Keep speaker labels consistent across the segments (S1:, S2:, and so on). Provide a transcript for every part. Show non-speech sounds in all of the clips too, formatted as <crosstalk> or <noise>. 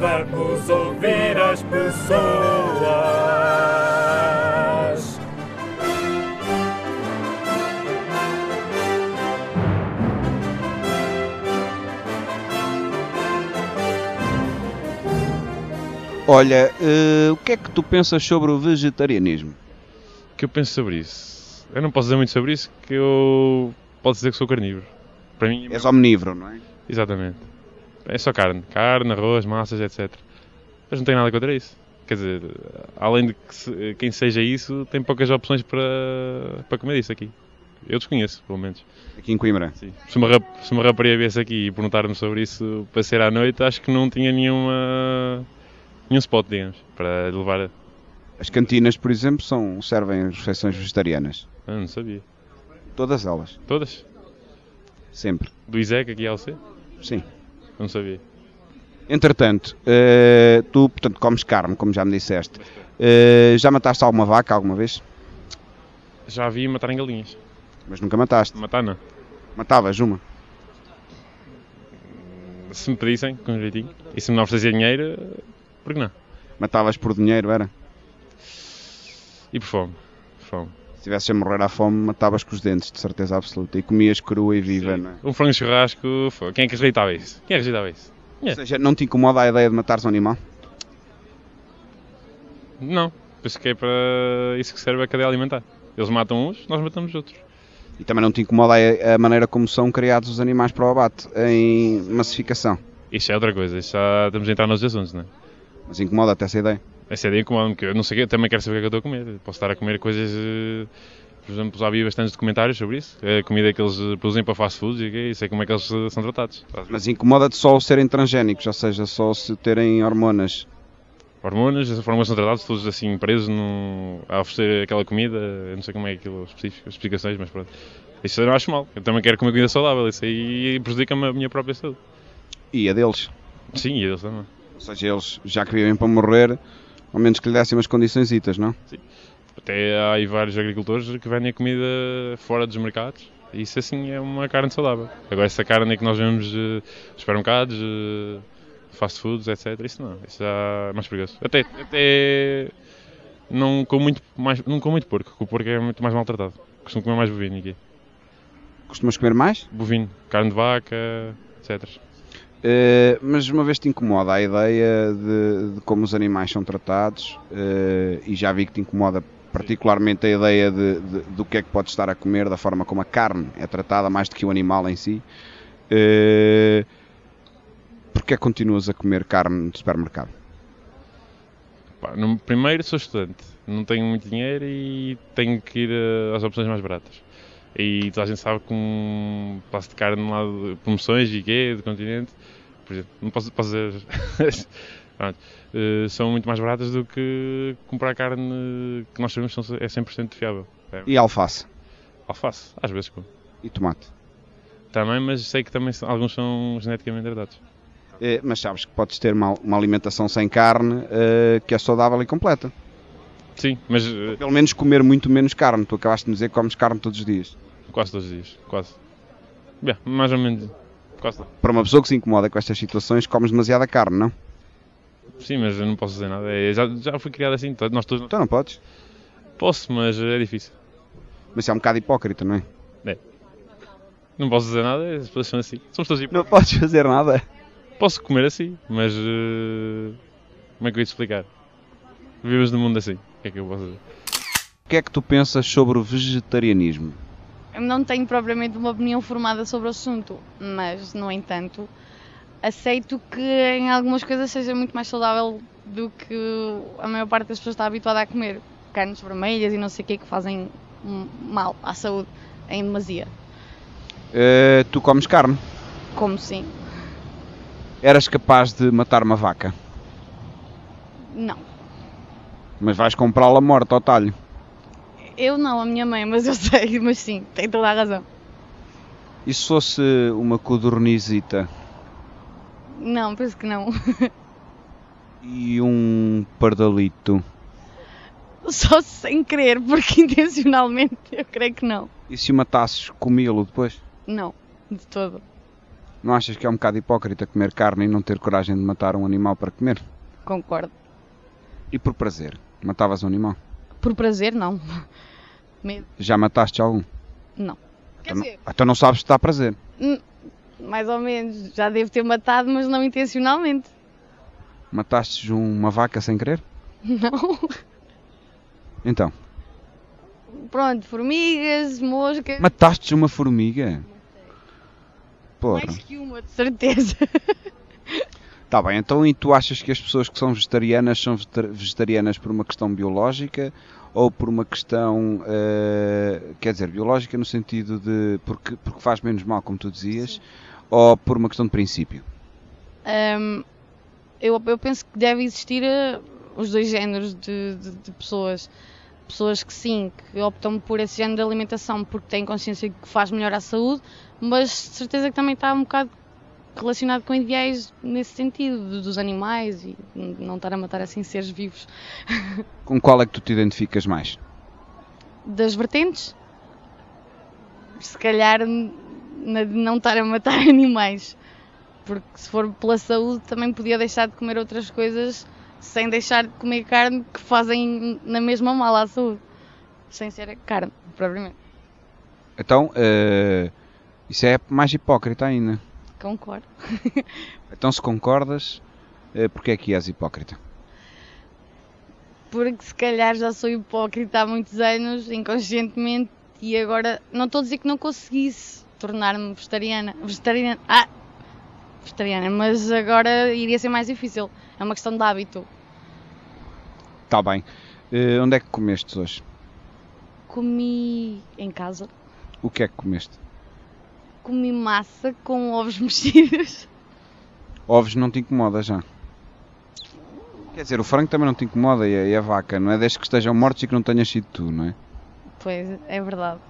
S1: Vamos ouvir as pessoas.
S2: Olha, eh, o que é que tu pensas sobre o vegetarianismo?
S3: O que eu penso sobre isso? Eu não posso dizer muito sobre isso, que eu posso dizer que sou carnívoro. Para mim,
S2: És omnívoro, não é?
S3: exatamente. É só carne. Carne, arroz, massas, etc. Mas não tenho nada contra isso. Quer dizer, além de que se- quem seja isso, tem poucas opções para, para comer isso aqui. Eu desconheço, pelo menos.
S2: Aqui em Coimbra.
S3: Sim. Se uma, rap, se uma rapariga viesse aqui e perguntar-me sobre isso para ser à noite, acho que não tinha nenhuma, nenhum spot, digamos, para levar. a-
S2: As cantinas, por exemplo, são, servem refeições vegetarianas.
S3: Ah, não sabia.
S2: Todas elas.
S3: Todas?
S2: Sempre.
S3: Do ISEC aqui ao C?
S2: Sim.
S3: Não sabia.
S2: Entretanto, eh, tu, portanto, comes carne, como já me disseste. Eh, já mataste alguma vaca alguma vez?
S3: Já vi matarem galinhas.
S2: Mas nunca mataste.
S3: Matar não.
S2: Matavas uma.
S3: Se me pedissem, com um jeitinho, e se me não oferecessem dinheiro, por que não?
S2: Matavas por dinheiro, era?
S3: E por fome. Por fome.
S2: Se estivesse a morrer à fome, matavas com os dentes, de certeza absoluta. E comias crua e viva, não é?
S3: Um frango de churrasco, fo- quem é que rejeitava isso? Quem é que rejeitava isso?
S2: Ou seja, não te incomoda a ideia de matares um animal?
S3: Não. Penso que é para isso que serve a cadeia alimentar. Eles matam uns, nós matamos outros.
S2: E também não te incomoda a, a maneira como são criados os animais para o abate, em massificação.
S3: Isso é outra coisa, isso já estamos a entrar nos assuntos, não é?
S2: Mas incomoda até essa ideia.
S3: Essa é ideia incomoda-me, que eu não sei, o que- eu também quero saber o que é que eu estou a comer. Posso estar a comer coisas. eh, Por exemplo, já vi bastantes documentários sobre isso. A comida que eles eh, produzem para fast foods e, o quê, e sei como é que eles eh, são tratados.
S2: Mas incomoda-te só o serem transgénicos, ou seja, só se terem hormonas.
S3: hormonas, dessa forma são tratados, todos assim presos no... a oferecer aquela comida, eu não sei como é aquilo específico, as explicações, mas pronto. Isso eu não acho mal, eu também quero comer comida saudável, isso aí prejudica-me a minha própria saúde.
S2: E a deles.
S3: Sim, e eles também.
S2: Ou seja, eles já que vivem para morrer, ao menos que lhe dessem umas condições itas, não?
S3: Até há aí vários agricultores que vendem a comida fora dos mercados, e isso assim é uma carne saudável. Agora essa carne que nós vemos eh, nos supermercados, eh, fast foods, etc, isso não, isso já é mais perigoso. Até, até não como muito, mais, não como muito porco, porque o porco é muito mais maltratado. Costumo comer mais bovino aqui.
S2: Costumas comer mais,
S3: bovino, carne de vaca, etc.
S2: eh, mas uma vez te incomoda a ideia de, de como os animais são tratados, eh, e já vi que te incomoda particularmente a ideia de, de- do que é que pode estar a comer, da forma como a carne é tratada, mais do que o animal em si. Eh, Porquê continuas a comer carne de supermercado?
S3: Pá, no- primeiro sou estudante, não tenho muito dinheiro e tenho que ir eh, às opções mais baratas. E toda a gente sabe que um passo de carne lá de promoções e quê, do continente, por exemplo, não posso, posso dizer. <laughs> Pronto. Eh, são muito mais baratas do que comprar carne que nós sabemos que são- é 100% fiável. É,
S2: E alface?
S3: alface, às vezes como.
S2: E tomate?
S3: Também, mas sei que também são- alguns são geneticamente tratados.
S2: Eh, mas sabes que podes ter uma, uma alimentação sem carne eh, que é saudável e completa.
S3: Sim, mas eh,
S2: Pelo menos comer muito menos carne. Tu acabaste de me dizer que comes carne todos os dias.
S3: Quase todos os dias, quase. Bem, mais ou menos. Quase. todos.
S2: Para uma pessoa que se incomoda com estas situações, comes demasiada carne, não?
S3: Sim, mas eu não posso dizer nada. É, já, já fui criado assim, to- nós todos.
S2: Então não podes.
S3: Posso, mas é difícil.
S2: Mas é um bocado hipócrita, não é?
S3: Não posso dizer nada, as pessoas são assim. Somos todos hipó-
S2: Não podes fazer nada.
S3: Posso comer assim, mas. eh, Como é que eu ia te explicar? Vivemos no mundo assim. O que é que eu posso dizer?
S2: O que é que tu pensas sobre o vegetarianismo?
S4: Eu não tenho propriamente uma opinião formada sobre o assunto, mas, no entanto, aceito que em algumas coisas seja muito mais saudável do que a maior parte das pessoas está habituada a comer. Carnes vermelhas e não sei o que que fazem hum, mal à saúde em demasia.
S2: Eh, tu comes carne.
S4: Como sim?
S2: Eras capaz de matar uma vaca,
S4: Não.
S2: mas vais comprá-la morta ao talho.
S4: Eu não, a minha mãe, mas eu <laughs> sei, mas sim, tem toda a razão.
S2: E se fosse uma codornizita
S4: Não, penso que não. <laughs>
S2: e um pardalito?
S4: Só sem querer, porque <laughs> intencionalmente eu creio que não.
S2: E se o matasses, comê-lo depois?
S4: Não, de todo.
S2: Não achas que é um bocado hipócrita comer carne e não ter coragem de matar um animal para comer?
S4: Concordo.
S2: E por prazer? Matavas um animal?
S4: Por prazer, não. Medo.
S2: Já mataste algum?
S4: Não. Quer
S2: Então, não-
S4: dizer,
S2: então não sabes se dá prazer.
S4: mais ou menos. Já devo ter matado, mas não intencionalmente. <laughs>
S2: Mataste um, uma vaca sem querer?
S4: Não.
S2: Então.
S4: Pronto, formigas, moscas.
S2: Mataste uma formiga? Porra.
S4: Mais que uma, de certeza. <laughs>
S2: Tá bem, então e tu achas que as pessoas que são vegetarianas são vegeta- vegetarianas por uma questão biológica ou por uma questão, eh, quer dizer, biológica no sentido de porque, porque faz menos mal, como tu dizias, ou por uma questão de princípio?
S4: Ahm, eu, eu penso que deve existir eh, os dois géneros de, de- de pessoas. Pessoas que sim, que optam por esse género de alimentação porque têm consciência que faz melhor à saúde, mas de certeza que também está um bocado relacionado com ideais nesse sentido, do- dos animais e não estar a matar assim seres vivos.
S2: Com qual é que tu te identificas mais?
S4: Das vertentes, se calhar n- na de não estar a matar <laughs> animais. porque se for pela saúde também podia deixar de comer outras coisas sem deixar de comer carne que fazem na mesma mal à saúde. Sem ser a carne, propriamente.
S2: Então, eh, isso é mais hipócrita ainda.
S4: Concordo.
S2: Então, se concordas, eh, porque é que és hipócrita?
S4: Porque se calhar já sou hipócrita há muitos anos, inconscientemente, e agora não estou a dizer que não conseguisse tornar-me vegetariana. Vegetariana. Ah! Vegetariana, mas agora iria ser mais difícil. É uma questão de hábito.
S2: Tá bem. Eh, onde é que comestes hoje?
S4: Comi em casa,
S2: O que é que comeste?
S4: comi massa com ovos <laughs> mexidos.
S2: Ovos não te incomoda já? Quer dizer, o frango também não te incomoda e a, e a vaca, não é? Desde que estejam mortos e que não tenhas sido tu, não é?
S4: Pois, é verdade.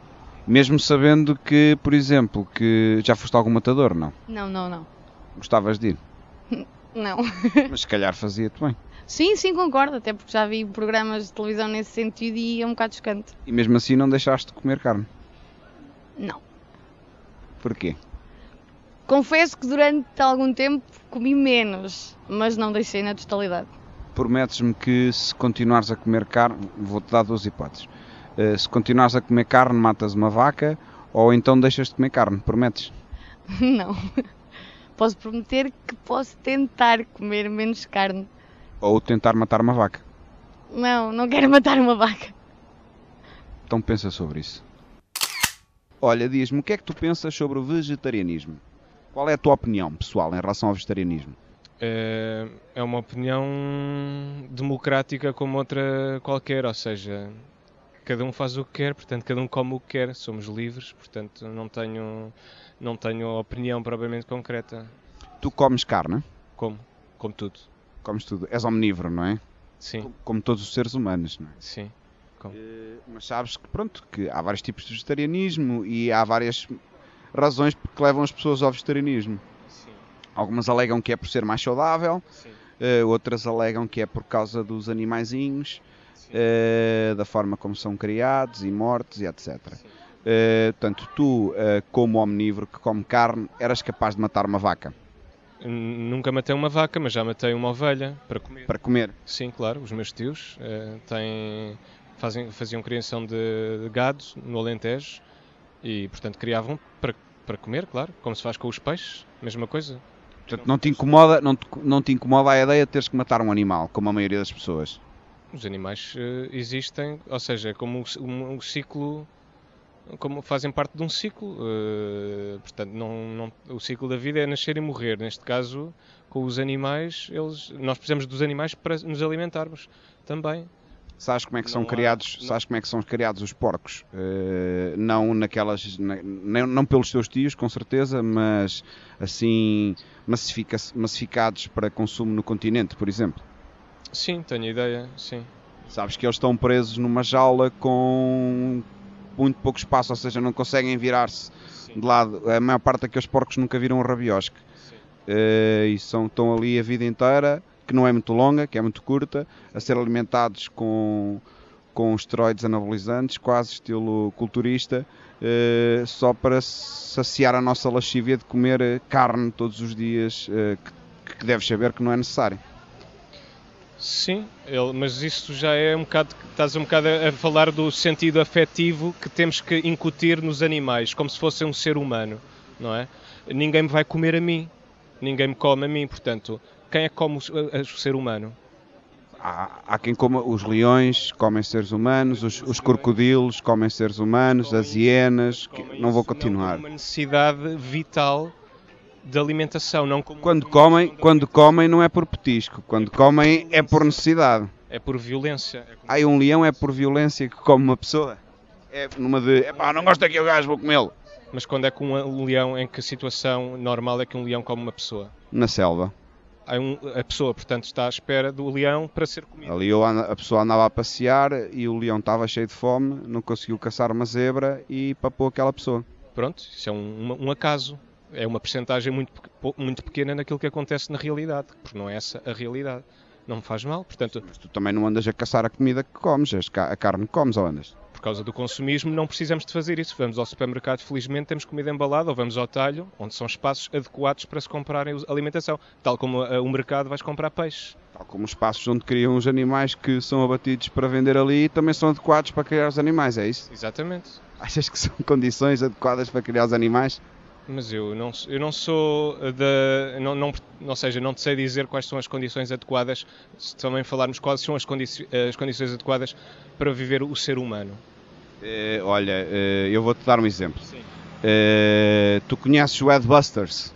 S2: Mesmo sabendo que, por exemplo, que já foste algum matador, não?
S4: Não, não, não.
S2: Gostavas de ir,
S4: Não. <laughs>
S2: mas se calhar fazia-te bem.
S4: Sim, sim, concordo, até porque já vi programas de televisão nesse sentido e é um bocado chocante.
S2: E mesmo assim não deixaste de comer carne.
S4: Não.
S2: Porquê?
S4: Confesso que durante algum tempo comi menos, mas não deixei na totalidade. <laughs>
S2: Prometes-me que se continuares a comer carne, vou-te dar duas hipóteses. Eh, se continuares a comer carne, matas uma vaca ou então deixas de comer carne, prometes?
S4: Não. Posso prometer que posso tentar comer menos carne.
S2: Ou tentar matar uma vaca.
S4: Não, não quero matar uma vaca.
S2: Então pensa sobre isso. Olha, diz-me o que é que tu pensas sobre o vegetarianismo? Qual é a tua opinião pessoal em relação ao vegetarianismo?
S5: É é uma opinião democrática como outra qualquer, ou seja, cada um faz o que quer, portanto, cada um come o que quer, somos livres, portanto, não tenho, não tenho opinião propriamente concreta.
S2: Tu comes carne,
S5: Como? Como tudo.
S2: comes tudo, és omnívoro, não é?
S5: Sim,
S2: Co- Como todos os seres humanos, não é?
S5: sim.
S2: Eh, Mas sabes que pronto, que há vários tipos de vegetarianismo e há várias razões que levam as pessoas ao vegetarianismo.
S5: Sim,
S2: Algumas alegam que é por ser mais saudável,
S5: sim.
S2: eh, outras alegam que é por causa dos animaizinhos, eh, da forma como são criados e mortos e etc.
S5: Sim.
S2: Eh, portanto, tu, eh, como omnívoro que come carne, eras capaz de matar uma vaca
S5: N- Nunca matei uma vaca, mas já matei uma ovelha para comer.
S2: para comer.
S5: Sim, claro, os meus tios eh, têm, fazem, faziam criação de, de gado no Alentejo e, portanto, criavam para, para comer, claro, como se faz com os peixes, mesma coisa.
S2: Portanto, não te incomoda, não te, não te incomoda a ideia de teres que matar um animal, como a maioria das pessoas.
S5: Os animais eh, existem, ou seja, é como um, ci- um- um ciclo, como fazem parte de um ciclo. eh, portanto, não, não- o ciclo da vida é nascer e morrer. Neste caso, com os animais, eles, nós precisamos dos animais para nos alimentarmos também.
S2: Sabes como é que são
S5: Não há-
S2: criados,
S5: não-
S2: sabes como é que são criados os porcos? Eh, não naquelas, na- nem- não pelos teus tios, com certeza, mas assim massifica- massificados para consumo no continente, por exemplo.
S5: Sim, tenho ideia, sim.
S2: Sabes que eles estão presos numa jaula com muito pouco espaço, ou seja, não conseguem virar-se
S5: Sim.
S2: de lado. A maior parte daqueles porcos nunca viram um rabiosque.
S5: Sim.
S2: Eh, e são, estão ali a vida inteira, que não é muito longa, que é muito curta, a ser alimentados com, com esteroides anabolizantes, quase estilo culturista, eh, só para saciar a nossa lascívia de comer eh, carne todos os dias, eh, que, que deves saber que não é necessário.
S5: Sim, ele- mas isso já é um bocado. Estás um bocado a, a falar do sentido afetivo que temos que incutir nos animais, como se fosse um ser humano, não é? Ninguém me vai comer a mim, ninguém me come a mim, portanto, quem é que come o, s- a- a- o ser humano?
S2: Há, há quem coma os leões, comem seres humanos, os, os crocodilos comem seres humanos, as hienas, que-
S5: Comem
S2: não vou
S5: isso
S2: continuar.
S5: como uma necessidade vital de alimentação, não como um
S2: Quando comem, quando comem não é por petisco, quando comem é por necessidade.
S5: é por violência. É como-
S2: Ai, um leão é por violência que come uma pessoa? É numa de, epá, não gosto daquele gajo, vou comê-lo.
S5: Mas quando é que um leão, em que situação normal é que um leão come uma pessoa?
S2: Na selva.
S5: Há um- a pessoa, portanto, está à espera do leão para ser comida.
S2: Ali eu anda- a pessoa andava a passear e o leão estava cheio de fome, não conseguiu caçar uma zebra e papou aquela pessoa.
S5: Pronto, isso é um, uma- um acaso. É uma percentagem muito, pe- pou- muito pequena naquilo que acontece na realidade, porque não é essa a realidade. Não me faz mal, portanto,
S2: Mas tu também não andas a caçar a comida que comes, as ca- a carne que comes ou andas?
S5: por causa do consumismo, não precisamos de fazer isso. Vamos ao supermercado, felizmente temos comida embalada, ou vamos ao talho, onde são espaços adequados para se comprarem os- alimentação. Tal como ah, o mercado vais comprar peixe.
S2: Tal como os passos onde criam os animais que são abatidos para vender ali também são adequados para criar os animais, é isso? <laughs>
S5: Exatamente.
S2: Achas que são condições adequadas para criar os animais?
S5: Mas eu não, eu não sou eh, da. Não, não, ou seja, não te sei dizer quais são as condições adequadas, se também falarmos quais são as, condici- eh, as condições adequadas para viver o ser humano.
S2: Eh, olha, eh, eu vou-te dar um exemplo. Eh, tu conheces o Adbusters?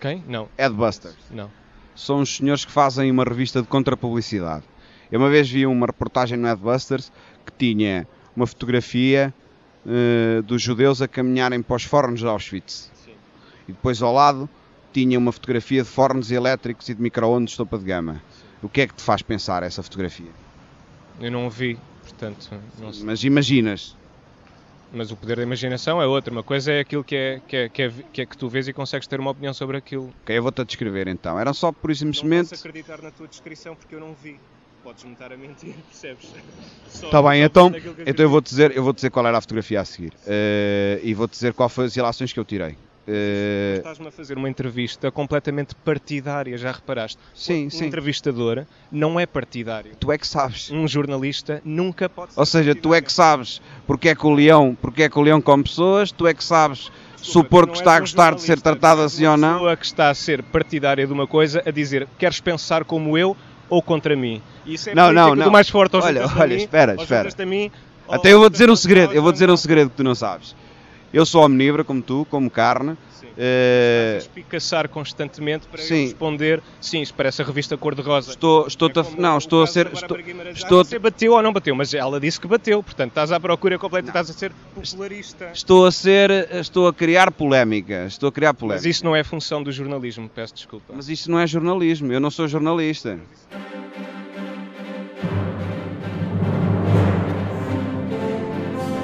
S5: Quem? Não,
S2: Adbusters.
S5: não.
S2: São os senhores que fazem uma revista de contrapublicidade. Eu uma vez vi uma reportagem no Adbusters que tinha uma fotografia eh, dos judeus a caminharem para os fornos de Auschwitz. E depois ao lado tinha uma fotografia de fornos elétricos e de micro-ondas de topa de gama. O que é que te faz pensar essa fotografia?
S5: Eu não o vi, portanto. Não sei.
S2: Mas imaginas,
S5: Mas o poder da imaginação é outra. Uma coisa é aquilo que é que, é, que, é, que, é que tu vês e consegues ter uma opinião sobre aquilo.
S2: ok, eu vou-te a descrever então. Eram só por simplesmente
S5: acreditar na tua descrição porque eu não vi. Podes-me estar a mentir, <laughs> percebes?
S2: Está bem, então, então eu, vou dizer, eu vou dizer qual era a fotografia a seguir Eh, e vou dizer qual foi as ilações que eu tirei. Eh,
S5: Estás-me a fazer uma entrevista completamente partidária, já reparaste?
S2: Sim,
S5: um
S2: sim.
S5: entrevistador não é partidário.
S2: tu é que sabes.
S5: Um jornalista nunca pode ser
S2: Ou seja, tu é que sabes porque é que o leão, porque é que o leão come pessoas, tu é que sabes supor que
S5: um
S2: está a gostar de ser tratado assim ou
S5: A
S2: não.
S5: pessoa que está a ser partidária de uma coisa a dizer queres pensar como eu ou contra mim. Isso é
S2: Não,
S5: política
S2: não, não.
S5: do mais forte ou
S2: Olha,
S5: juntas-te a
S2: olha,
S5: mim,
S2: espera,
S5: ou
S2: espera.
S5: juntas-te a mim, ou
S2: Até eu vou dizer um
S5: juntas-te a
S2: segredo,
S5: nós,
S2: eu vou
S5: ou
S2: dizer
S5: não.
S2: um segredo que tu não sabes. Eu sou omnívoro como tu, como carne.
S5: Sim.
S2: Eh,
S5: Espicaçar constantemente para eu
S2: Sim.
S5: responder sim, isso parece a revista Cor-de-Rosa.
S2: estou, estou,
S5: É
S2: a,
S5: como
S2: não,
S5: o
S2: estou a
S5: caso
S2: ser,
S5: da
S2: estou,
S5: Bárbara Guimarães.
S2: estou,
S5: Ah, Você bateu ou não bateu, mas ela disse que bateu, portanto estás à procura completa, estás a ser popularista.
S2: estou a ser, estou a criar polémica, estou a criar
S5: Mas
S2: polémica.
S5: isso não é função do jornalismo, peço desculpa.
S2: Mas isso não é jornalismo, eu não sou jornalista.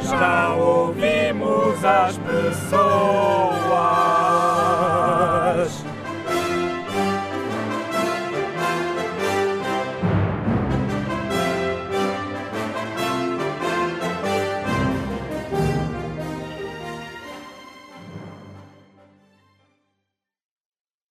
S1: Já ouvimos as pessoas.